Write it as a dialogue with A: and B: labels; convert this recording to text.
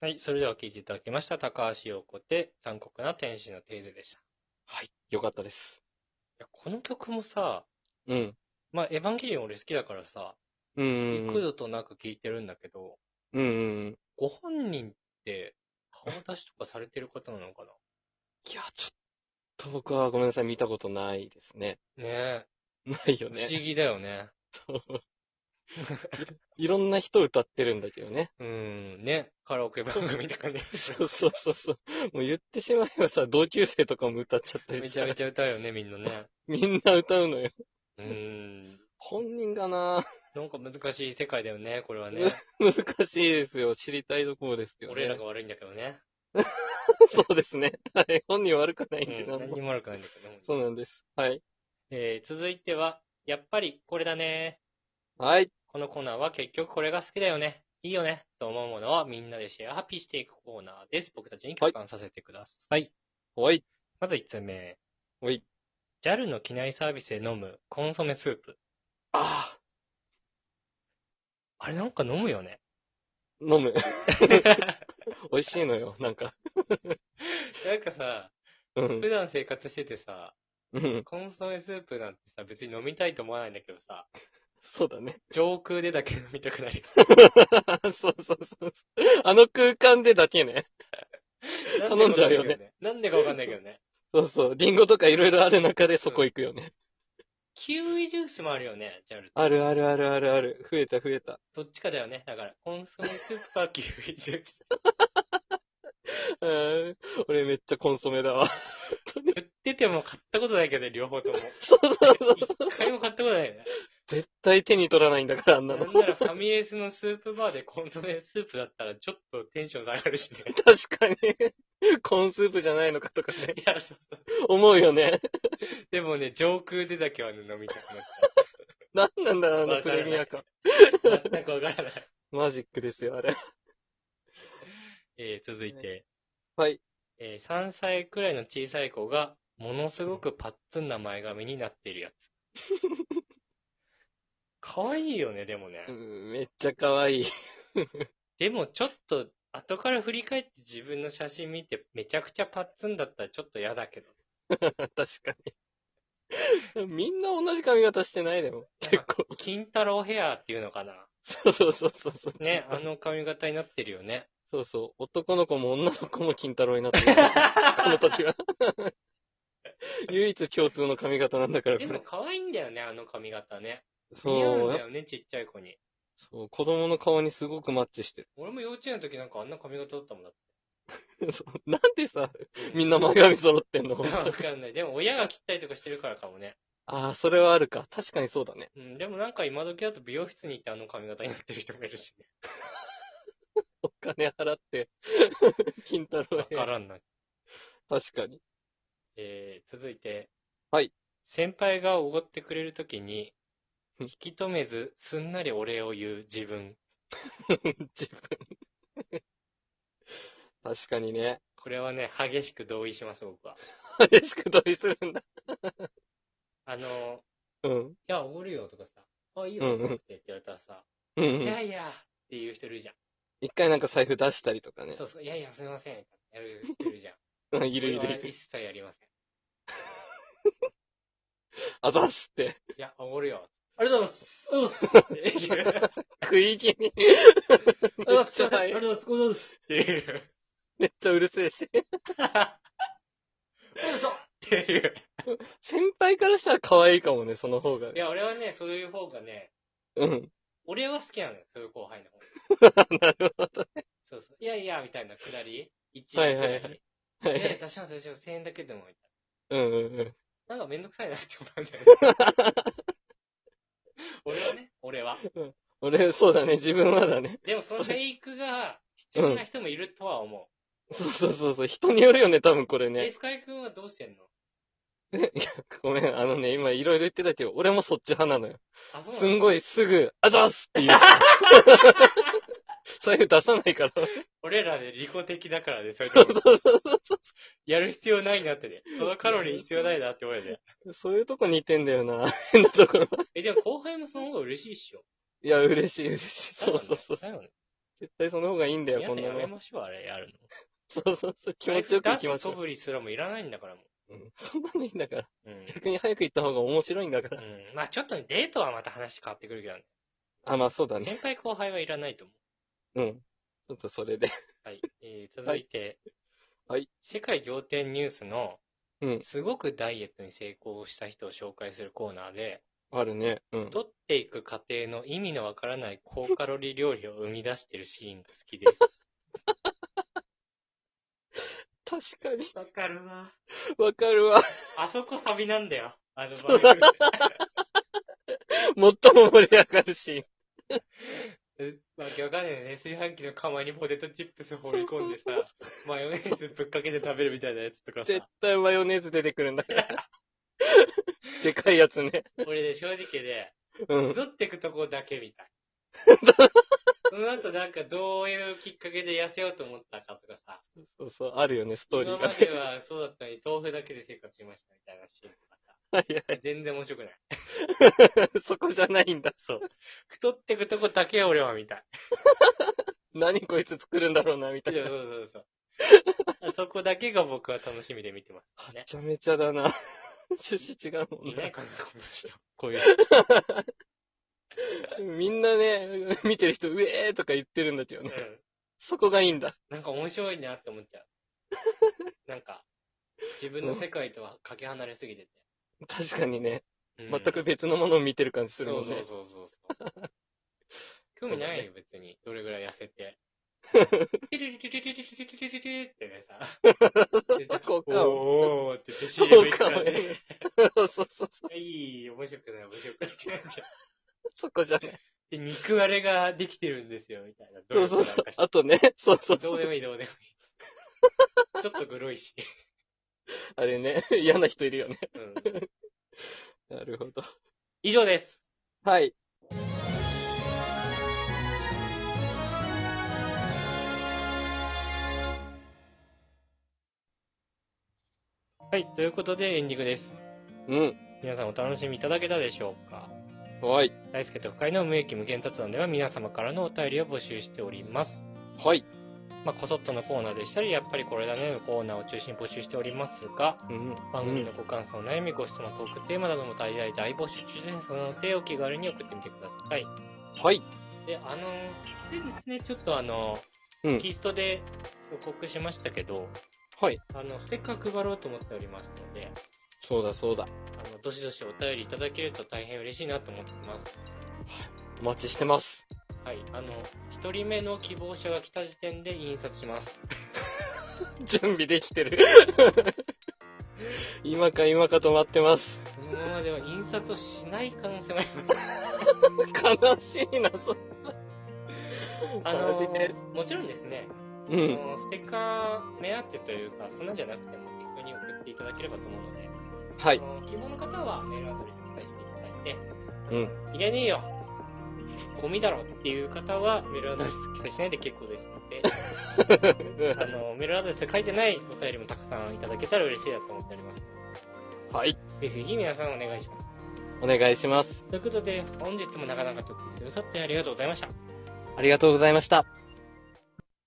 A: はい。それでは聞いていただきました。高橋洋子で、残酷な天使のテーゼでした。い
B: はい。よかったです。
A: や、この曲もさ、
B: うん。
A: まあ、エヴァンゲリオン俺好きだからさ、
B: うんうんう
A: 幾
B: ん。
A: 度となく聞いてるんだけど、
B: うんうんうん。
A: ご本人って顔出しとかされてる方なのか
B: いや、ちょっと僕はごめんなさい、見たことないですね。
A: なね
B: ない
A: え。
B: よ
A: 不思
B: ね。
A: 議だよね。
B: いろんな人歌ってるんだけ どね。
A: うん、ね。カラオケ番組とかね。
B: そうそうそうそう。もう言ってしまえばさ、同級生とかも歌っちゃったり
A: め
B: さ
A: ちゃ、めちゃ歌うよね、みんな ね。
B: みんな歌うのよ。
A: うん。
B: 本人がな、
A: なんか難しい世界だよね、これはね。
B: 難しいですよ。知りたいところですけどね。
A: 俺らが悪いんだけどね。
B: そうですね。はい。本人は悪く ないん
A: う
B: で、
A: ん、
B: なん
A: 何
B: も
A: にも悪くないんだけど。
B: そうなんです。はい。
A: えー続いては、やっぱりこれだね。
B: はい。
A: このコーナーは結局これが好きだよね。いいよね。と思うものはみんなでシェアハッピーしていくコーナーです。僕たちに共感させてください。
B: おい。
A: まず1つ目。
B: おい。
A: JAL の機内サービスで飲むコンソメスープ。
B: ああ。
A: あれなんか飲むよね。
B: 飲む。 美味しいのよ。なんか。
A: なんかさ、
B: うん
A: 普。段生活しててさ、
B: うん。
A: コンソメスープなんてさ、別に飲みたいと思わないんだけどさ、
B: そうだね。
A: 上空でだけ飲みたくなるよ。
B: そうそうそうそう。あの空間でだけね。頼んじゃうよね
A: なんでかわかんないけど ね。
B: そうそう。リンゴとかいろいろある中でそこ行くよね。
A: キウイジュースもあるよね、JAL って。
B: あるあるあるあるある。増えた増えた。
A: どっちかだよね。だから、コンソメスープかキウイジュース。
B: うーん俺めっちゃコンソメだわ。
A: 売ってても買ったことないけどね、両方とも。
B: そうそう そう。
A: 一回も買ったことないよね。
B: 絶対手に取らないんだから、あん
A: な
B: なの。
A: んならファミレスのスープバーでコンソメスープだったらちょっとテンション下がる しね。
B: 確かに。コーンスープじゃないのかとかね。
A: いや、そうそう。
B: 思うよね。
A: でもね、上空でだけはね飲みたくなっ
B: なんなんだろう、あの
A: わか
B: プ
A: らな
B: レ
A: い
B: ミア感。
A: た。全くわからない。
B: マジックですよ、あれ。
A: えー、続いて、
B: はい。
A: えー、3歳くらいの小さい子が、ものすごくパッツンな前髪になって るやつ。可愛いよね、でもね。
B: うんめっちゃ可愛い。
A: でもちょっと、後から振り返って自分の写真見て、めちゃくちゃパッツンだったらちょっと嫌だけど。
B: 確かに。みんな同じ髪型してないでも。結構。
A: 金太郎ヘアっていうのかな。
B: そうそうそうそうそう。
A: ね、あの髪型になってるよね。
B: そうそう。男の子も女の子も金太郎になっ てる。この時は。唯一共通の髪型なんだから、こ
A: でも
B: れ。
A: 可愛いんだよね、あの髪型ね。似合うん
B: そう
A: だ。よね、ちっちゃい子に。
B: そう。子供の顔にすごくマッチして
A: 俺も幼稚園の時なんかあんな髪型だったもんだって。
B: る。そうなんでさ、みんな前髪揃ってんの本当
A: わ
B: に
A: かんない。でも親が切ったりとかしてるからかもね。
B: ああ、それはあるか。確かにそうだね。
A: うん、でもなんか今時だと美容室に行ってあの髪型になってる人もいるしね。
B: お金払って、 金太郎
A: わ
B: へ。
A: からんな。
B: 確かに。
A: えー、続いて。
B: はい。
A: 先輩がおごってくれるときに、
B: うん
A: 引き止めず、すんなりお礼を言う自分。
B: 自分。確かにね。
A: これはね、激しく同意します、僕は。
B: 激しく同意するんだ。
A: あのー、い
B: うん。
A: や、おごるよとかさ、あ、いいよ、
B: うんうん
A: って言われたらさ、
B: うんう
A: い
B: ん。
A: やいやっていう人いるじゃん。
B: 一回なんか財布出したりとかね。
A: そうそう、いやいや、すいません。みたいなやる人いるじゃん。
B: うん いるい
A: 俺
B: る
A: はい
B: る。
A: 一切やりませ
B: あざすって。
A: ん。いや、おごるよ。ありがとうございます。ありがとうございます。っていう。
B: 食い気味。
A: あり
B: め
A: が
B: っち
A: と
B: ゃ
A: うございます。あり
B: 大
A: が
B: 変
A: とうございます。ございま す。っていう。
B: めっちゃうるせえし。
A: よいしょって いう。
B: 先輩からしたら可愛いかもね、その方が
A: い。や、俺はね、そういう方がね、
B: うん。
A: 俺は好きなのよ、そういう後輩の方。
B: なるほど。
A: そうそう。いやいや、みたいなくだり。一
B: はいはいはい
A: くだり
B: はい
A: やや、出します、出します。1000円だけでも、みたい
B: うんうんうん。
A: な。なんかめんどくさいなって思うんだよね。 俺はね、俺は。
B: 俺、そうだね、自分はだね。
A: でもそのフェイクが必要な人もいるとは思う。
B: そうそうそうそう、人によるよね、多分これ
A: え、
B: ね。
A: 深井君はどうしてんの
B: ごめん、あのね、今いろいろ言ってたけど、俺もそっち派なのよ。
A: あ、そうな
B: す
A: の
B: んごいすぐ、あざ すって言う。財布出さないから。
A: 俺らで利己的だからね、それ
B: そう
A: とも
B: そうそうそ
A: やる必要ないなってね。そのカロリー必要ないなって思うよ ね。
B: う。そういうとこ似てんだよな。変なところ。
A: え、でも後輩もその方が嬉しいっしょ。
B: いや、嬉しい嬉しい。そうそうそう。
A: だよね。
B: 絶対その方がいいんだよ、
A: 皆
B: こ
A: さ
B: ん
A: ん
B: な
A: やめ
B: の。
A: ましょう、あれやるの。
B: そうそうそう。気持ちよく行きまし
A: あ
B: ょ
A: れ出す素振りすらもいらないんだからも
B: う。うんそんなのいいんだから。
A: う。うん。
B: 逆に早く行った方が面白いんだから。
A: うん。まあちょっとねデートはまた話変わってくるけどね。
B: あ、まあそうだね。
A: 先輩後輩はいらないと思う。
B: うん。ちょっとそれで。
A: はい。えー続いて。
B: はいはい
A: 世界仰天ニュースの、
B: うん
A: すごくダイエットに成功した人を紹介するコーナーで、
B: あるね。うん。
A: 取っていく過程の意味のわからない高カロリー料理を生み出してるシーンが好きです。
B: 確かに。
A: わかるわ。
B: わかるわ。
A: あそこサビなんだよ。あの
B: う だ最も盛り上がるし。
A: えわけわかんないよね。炊飯器の釜にポテトチップス放り込んでさ
B: そうそう、
A: マヨネーズぶっかけて食べるみたいなやつとか
B: 絶
A: さ。
B: 対マヨネーズ出てくるんだから。でかいやつね。
A: 俺で正直で、
B: うん。
A: 太ってくとこだけみ たい。その後なんかどういうきっかけで痩せようと思ったかとかさ、
B: そうそう。あるよね、ストーリ
A: 今
B: ー
A: ま
B: が
A: で
B: ね。
A: はそうだったのに豆腐だけで生活しましたみたいなシーンとか
B: はいは
A: さ、全然面白くない。
B: い。 そこじゃないんだ。
A: そう。太ってくとこだけ俺は見た い。
B: 何こいつ作るんだろうな、みたい
A: いや、
B: な
A: そ。うそうそう。そこだけが僕は楽しみで見てますからね
B: め。ちゃめちゃだな。趣旨 違うも
A: い
B: ん
A: ない
B: ね。
A: からこの人。こういう。
B: みんなね、見てる人、うえーとか言ってるんだけど
A: う
B: ね。
A: ん。
B: そこがいいんだ。
A: なんか面白いなって思っちゃう。なんか、自分の世界とはかけ離れすぎてて。
B: 確かにね。
A: うん
B: 全く別のものを見てる感じするもん
A: そう
B: ね。
A: そうそうそうそう。興味ないよ、別に。どれぐらい痩せて。リリリリリリリリリリリってねさ。
B: 効果音。
A: おーって手し入れいく感じ。
B: 効そう そうそう。
A: いい、面白くない、面白くないってなっちゃう。
B: そこじゃない。
A: で、肉割れができてるんですよ、みたいな。
B: そうそうそ
A: 努力なん
B: う
A: か。して
B: あとね、 そうそう
A: ど
B: そう
A: でも
B: う。
A: いい、どうでもいい。ちょっとグロいし。
B: あれね、 嫌な人いるよね。
A: うん
B: なるほど。
A: 以上です。
B: はい。
A: はい、ということでエンディングです。
B: うん。
A: 皆さんお楽しみいただけたでしょうか
B: はい。
A: 大輔と深井の無益無限雑談では皆様からのお便りを募集しております。
B: はい。
A: まあ、こそっとのコーナーでしたり、やっぱりこれだねのコーナーを中心に募集しておりますが、
B: うん。
A: 番組のご感想、悩み、ご質問、トークテーマなども大々大募集中ですので、お気軽に送ってみてください。
B: はい。
A: で、あの、でですね、ちょっとあの、
B: うん
A: キーストで予告しましたけど、
B: はい。
A: あの、ステッカー配ろうと思っておりますので、
B: そうだそうだ。
A: あの、どしどしお便りいただけると大変嬉しいなと思ってます。
B: お待ちしてます。
A: はい、あの、一人目の希望者が来た時点で印刷し ます。
B: 準備できてる。 今か今かと待ってます。
A: このままでは印刷をしない可能性もあります。
B: 悲しいな、そ
A: あの
B: 悲しいです。
A: もちろんですね、
B: う
A: あ
B: ん。
A: のステッカー目当てというか、そんなんじゃなくても適当に送っていただければと思うので、
B: は
A: あ
B: い。
A: の希望の方はメールアドレス記載していただいて、
B: うん。
A: 入れねえよゴミだろっていう方はメールアドレス記載しないで結構ですの で、あのメールアドレス書いてないお便りもたくさんいただけたら嬉しいなと思っております。
B: はい。
A: ぜひぜひ皆さんお願いします。
B: お願いします。
A: ということで、本日もなかなかと聞いてくださってありがとうございました。
B: ありがとうございました。